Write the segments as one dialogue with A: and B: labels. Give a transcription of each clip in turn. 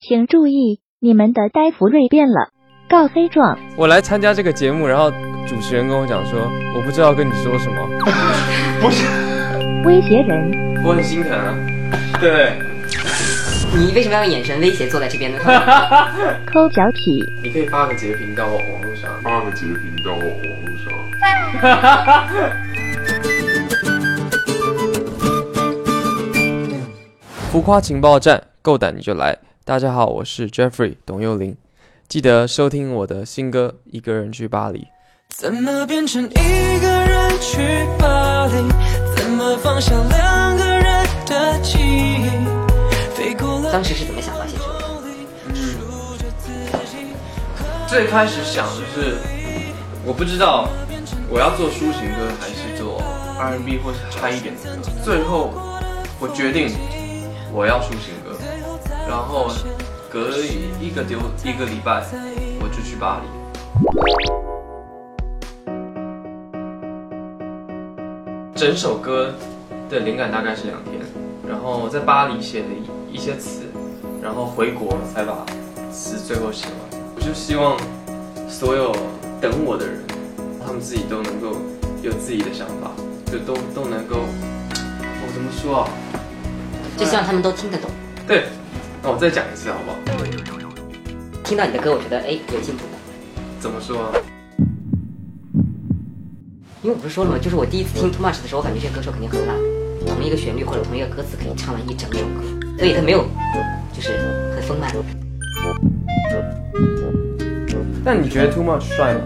A: 请注意，你们的呆福瑞变了，告黑状。
B: 我来参加这个节目，然后主持人跟我讲说，我不知道跟你说什么，
A: 威胁人，
B: 我很心疼啊。对，
C: 你为什么要用眼神威胁坐在这边呢？
A: 抠脚痞，
B: 你可以发个截屏到网络上。
D: 发个截屏到网络上。
B: 浮夸情报站，够胆你就来。大家好，我是 Jeffrey 董又霖，记得收听我的新歌《一个人去巴黎》。
E: 怎么变成一个人去巴黎？怎么放下两个人的记忆？飞过了
C: 当时是怎么想到写这首歌？
F: 最开始想的是，我不知道我要做抒情歌还是做 R&B 或是嗨一点的歌。最后我决定我要抒情歌，然后隔一个丢一个礼拜我就去巴黎。整首歌的灵感大概是两天，然后在巴黎写了一一些词，然后回国才把词最后写完。我就希望所有等我的人，他们自己都能够有自己的想法，就都都能够，我怎么说啊？
C: 就希望他们都听得懂。
F: 对，那我再讲一次好不好？
C: 听到你的歌，我觉得哎有进步的。
F: 怎么说啊？
C: 因为我不是说了吗？就是我第一次听 Too Much 的时候，我感觉这个歌手肯定很烂，同一个旋律或者同一个歌词可以唱完一整首歌，所以他没有就是很丰满。
B: 那你觉得 Too Much 帅吗？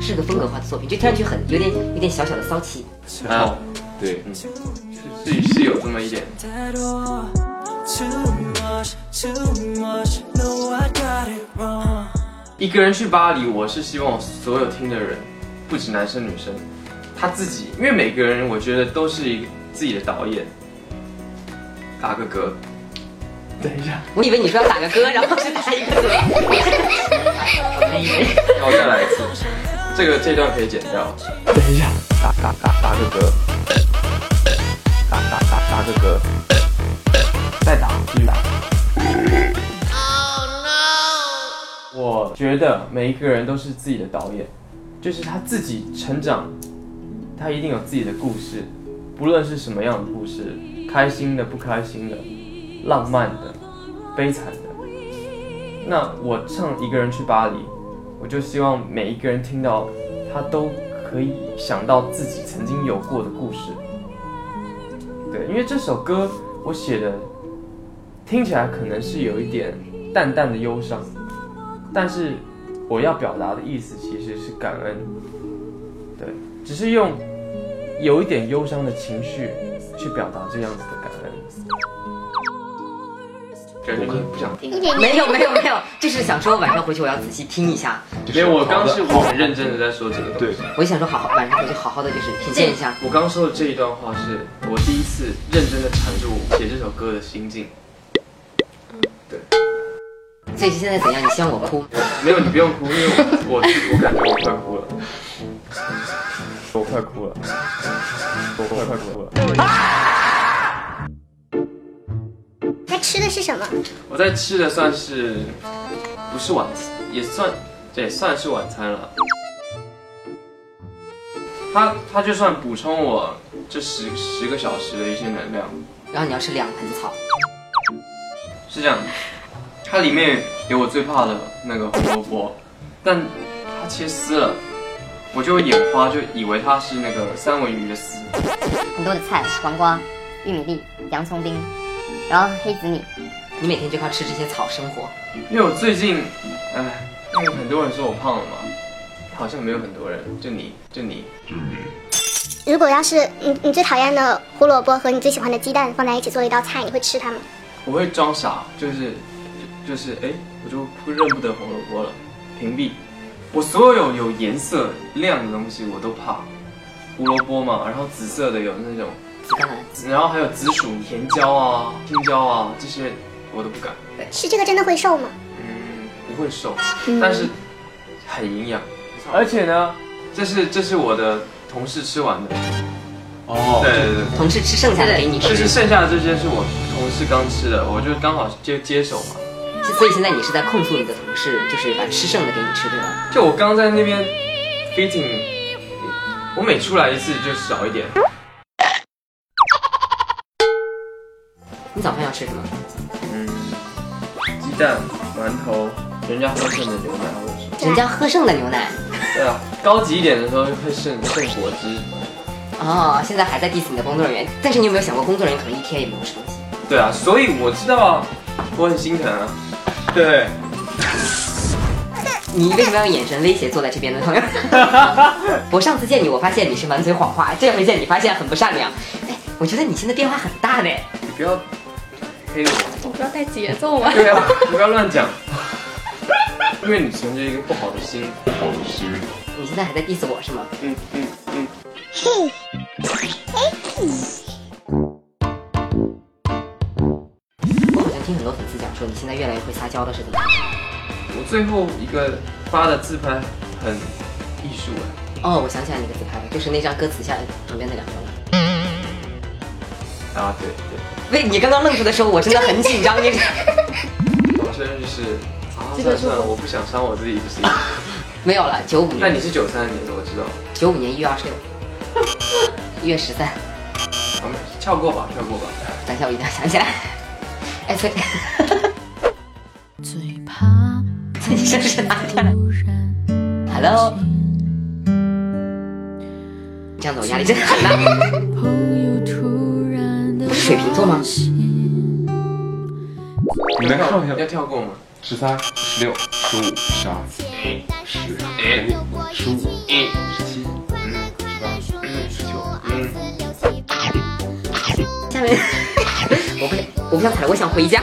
C: 是个风格化的作品，就听上去很有点有点小小的骚气。
F: 啊，
D: 对，
F: 是是是有这么一点。
E: 太多，too much too much，no I got it wrong。
F: 一个人去巴黎，我是希望所有听的人，不止男生女生，他自己，因为每个人我觉得都是一个自己的导演。打个嗝，等一下，
C: 我以为你说要打个歌，然后就打一个歌。我还以为
F: 那我再来一次，这个这段可以剪掉。
B: 打打打打个嗝，打打打打个嗝，再打继续打。Oh 我觉得每一个人都是自己的导演，就是他自己成长，他一定有自己的故事，不论是什么样的故事，开心的、不开心的、浪漫的、悲惨的。那我唱一个人去巴黎，我就希望每一个人听到，他都可以想到自己曾经有过的故事。对，因为这首歌我写的，听起来可能是有一点淡淡的忧伤，但是我要表达的意思其实是感恩。对，只是用有一点忧伤的情绪去表达这样子的感恩。
F: 感觉你不想听，
C: 没有没有没有，就是想说晚上回去我要仔细听一下。
F: 没有，我刚是我很认真的在说这个东西。
D: 对，
C: 我就想说好好晚上回去好好的就是品鉴一下。
F: 我刚说的这一段话是我第一次认真的阐述我写这首歌的心境。
C: 所以现在怎样？你希望我哭？
F: 没有，你不用哭，因为我我我感觉我快哭了，
B: 我快哭了，我快快哭了。
G: 那吃的是什么？
F: 我在吃的算是不是晚餐，也算对，算是晚餐了。它它就算补充我这十十个小时的一些能量，
C: 然后你要吃两盆草，
F: 是这样，它里面有我最怕的那个红萝卜，但它切丝了，我就眼花，就以为它是那个三文鱼的丝。
H: 很多的菜，黄瓜、玉米粒、洋葱丁，然后黑紫米。
C: 你每天就靠吃这些草生活。
F: 因为我最近，哎，因为很多人说我胖了嘛，好像没有很多人，就你就你，
G: 如果要是你你最讨厌的胡萝卜和你最喜欢的鸡蛋放在一起做一道菜，你会吃它吗？
F: 我会装傻，就是就就是哎，我就不认不得红萝卜了，屏蔽。我所有有颜色亮的东西我都怕，胡萝卜嘛，然后紫色的有那种，
C: 紫甘蓝，
F: 然后还有紫薯、甜椒啊、青椒啊这些我都不敢，
G: 吃这个真的会瘦吗？
F: 嗯，不会瘦，
G: 嗯
F: 但是很营养。
B: 而且呢，
F: 这是这是我的同事吃完的，
B: 哦
F: 对对对。
C: 同事吃剩下的给你
F: 就是
C: 吃。
F: 剩下的这些是我同事刚吃的，我就刚好接接手嘛。
C: 所以现在你是在控诉你的同事，就是把吃剩的给你吃，对吧？
F: 就我刚在那边 fitting，我每出来一次就少一点。
C: 你早饭要吃什么？
F: 嗯，鸡蛋、馒头，人家喝剩的牛奶或者什么。
C: 人家喝剩的牛奶。
F: 对啊，高级一点的时候会剩剩果汁。
C: 哦，现在还在 diss 你的工作人员，但是你有没有想过，工作人员可能一天也没有吃东西？
F: 对啊，所以我知道啊，我很心疼啊。对，
C: 你为什么要用眼神威胁坐在这边呢，朋友？我上次见你，我发现你是满嘴谎话，这回见你发现很不善良。哎，我觉得你现在变化很大呢。
F: 你不要黑我。
I: 我不要带节奏啊！
F: 对啊，你不要乱讲，因为你存着一个不好的心。
D: 好心。
C: 你现在还在 diss 我是吗？
F: 嗯嗯嗯，
C: 我好像听很多粉丝讲说，你现在越来越会撒娇了，是怎么？
F: 我最后一个发的自拍很艺术哎、
C: 哦，我想起来你的自拍了，就是那张歌词下旁边那两张。
F: 啊对对，
C: 喂，你刚刚愣住的时候，我真的很紧张，你。
F: 我真的就是啊，
I: 这
F: 算
I: 个
F: 了
I: 是
F: 算了，
I: 我
F: 我不想伤我自己的 心。
C: 没有了，九五
F: 那
C: 年，
F: 你是九三年的，我知道，
C: 九五年一月二十六，一月十三。
F: 我们啊跳过吧，跳过吧。
C: 等一下，我一定要想起来。哎，所以，
J: 最怕
C: 所以你是不是哪天
J: 突然
C: ？Hello，这样子我压力真的很大。
J: 朋友突然的
C: 不是水瓶座吗？
D: 你来看一
F: 要
D: 下，
F: 跳过吗？
D: 十三、十六、十五、十二、十、十五、十七、嗯、十八、嗯、十九。
C: 下面，我不想，我不想踩了，我想回家。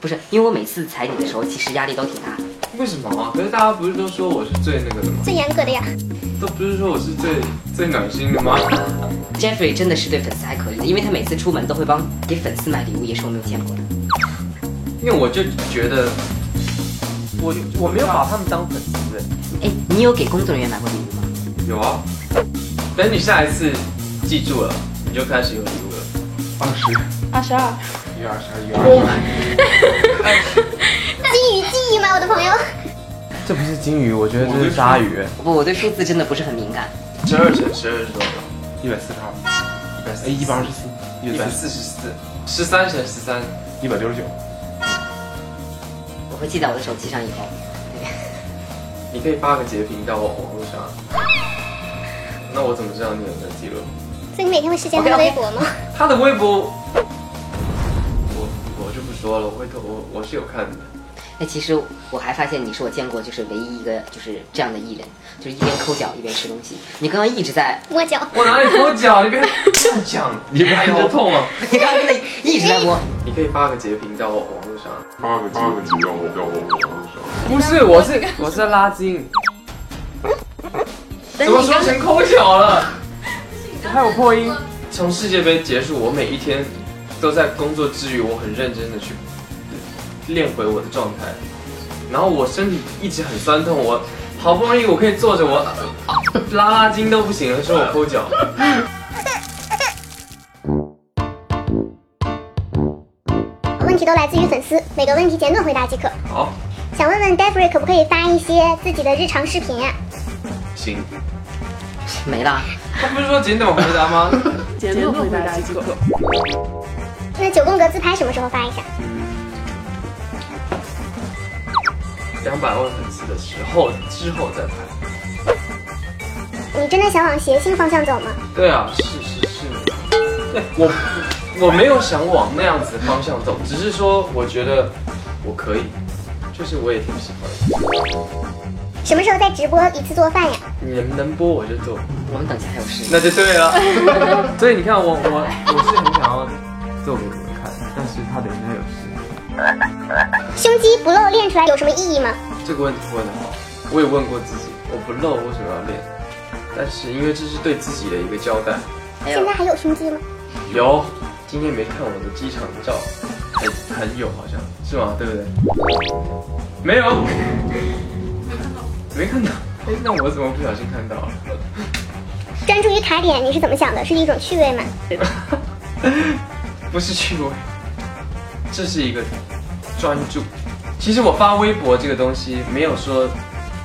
C: 不是，因为我每次踩你的时候，其实压力都挺大的。
F: 为什么啊？可是大家不是都说我是最那个的吗？
G: 最严格的呀。
F: 都不是说我是最最暖心的吗？
C: Jeffrey 真的是对粉丝还可以的，因为他每次出门都会帮给粉丝买礼物，也是我没有见过的。
F: 因为我就觉得我我没有把他们当粉丝哎。
C: 哎，你有给工作人员买过礼物吗？
F: 有啊，等你下一次记住了，你就开始有礼物了。
D: 二十、
I: 二十二，
D: 一二十二、一二
G: 金鱼记忆吗，我的朋友？
B: 这不是金鱼，我觉得
D: 我
B: 这
D: 就是
B: 鲨鱼。欸
C: 不，我对数字真的不是很敏感。
F: 十二乘十二是多少？
D: 十、一百四十二、哎一百二十四、一
F: 一
D: 百
F: 百四
D: 四、
F: 十四。十三乘十三，
D: 一百六十九。
C: 我会记在我的手机上以后。
F: 你可以发个截屏到我网络上。那我怎么知道你有没有记录？
G: 所以你每天会实现他的微博吗？
F: 他的微博，我我就不说了，我回头我我是有看的。
C: 哎，其实我还发现你是我见过就是唯一一个就是这样的艺人，就是一边抠脚一边吃东西。你刚刚一直在，
G: 摸脚。
F: 我哪里抠脚？你别这样讲，你还着痛啊！
C: 你刚刚真的一直在摸。
F: 你可以发个截屏到我网络上。
D: 八个八个你让我到我网上。
F: 不是，我是我是在拉筋。怎么说成抠脚了？还有破音。从世界杯结束，我每一天都在工作之余，我很认真的去练回我的状态。然后我身体一直很酸痛，我好不容易我可以坐着，我拉拉筋都不行了，说我抠脚。
G: 问题都来自于粉丝，每个问题简短回答即可。
F: 好，
G: 想问问 d e v r y 可不可以发一些自己的日常视频啊？
F: 行。
C: 没了。
F: 他不是说简短回答吗？
I: 节奏回答即可。
G: 那九宫格自拍什么时候发一下？
F: 两百万粉丝的时候之后再拍。
G: 你真的想往谐星方向走吗？
F: 对啊，是是是，对我我没有想往那样子的方向走，只是说我觉得我可以，就是我也挺喜欢的。
G: 什么时候再直播一次做饭呀？
F: 你们能播我就做，
C: 我们等一下还有事。
F: 那就对 了。所以你看我我我是很想要做给你们看，但是他等一下有事。
G: 胸肌不露练出来有什么意义吗？
F: 这个问题问得好，我也问过自己，我不露为什么要练？但是因为这是对自己的一个交代。
C: 还
G: 现
C: 有
G: 在，还有胸肌吗？
F: 有，今天没看我的机场照，很很有好像是吗？对不对？没有，没看到。哎，那我怎么不小心看到啊了？
G: 专注于卡点，你是怎么想的？是一种趣味吗？
F: 不是趣味，这是一个专注。其实我发微博这个东西没有说，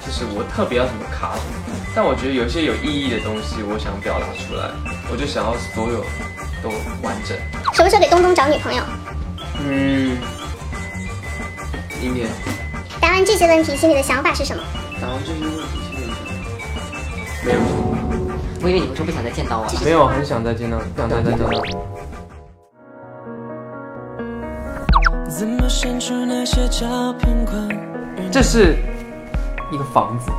F: 就是我特别要什么卡什么，但我觉得有一些有意义的东西，我想表达出来，我就想要所有都完整。
G: 什么时候给东东找女朋友？
F: 嗯，明年。
G: 答完这些问题，心里的想法是什么？
F: 答完这些问题，现在没有。
C: 我以为你们说不想再见到我了。
B: 没有，很想再见到，想再见到。
E: 怎么删除那些照片关于
B: 这是一个房子，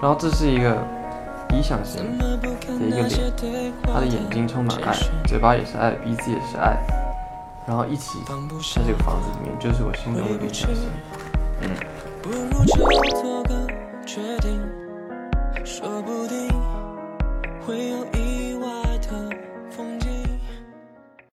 B: 然后这是一个理想型的一个脸，他的眼睛充满爱，嘴巴也是爱，鼻子也是爱，然后一起在这个房子里面，就是我心中的理想型。嗯，
E: 不如就做个决定，说不定会有一。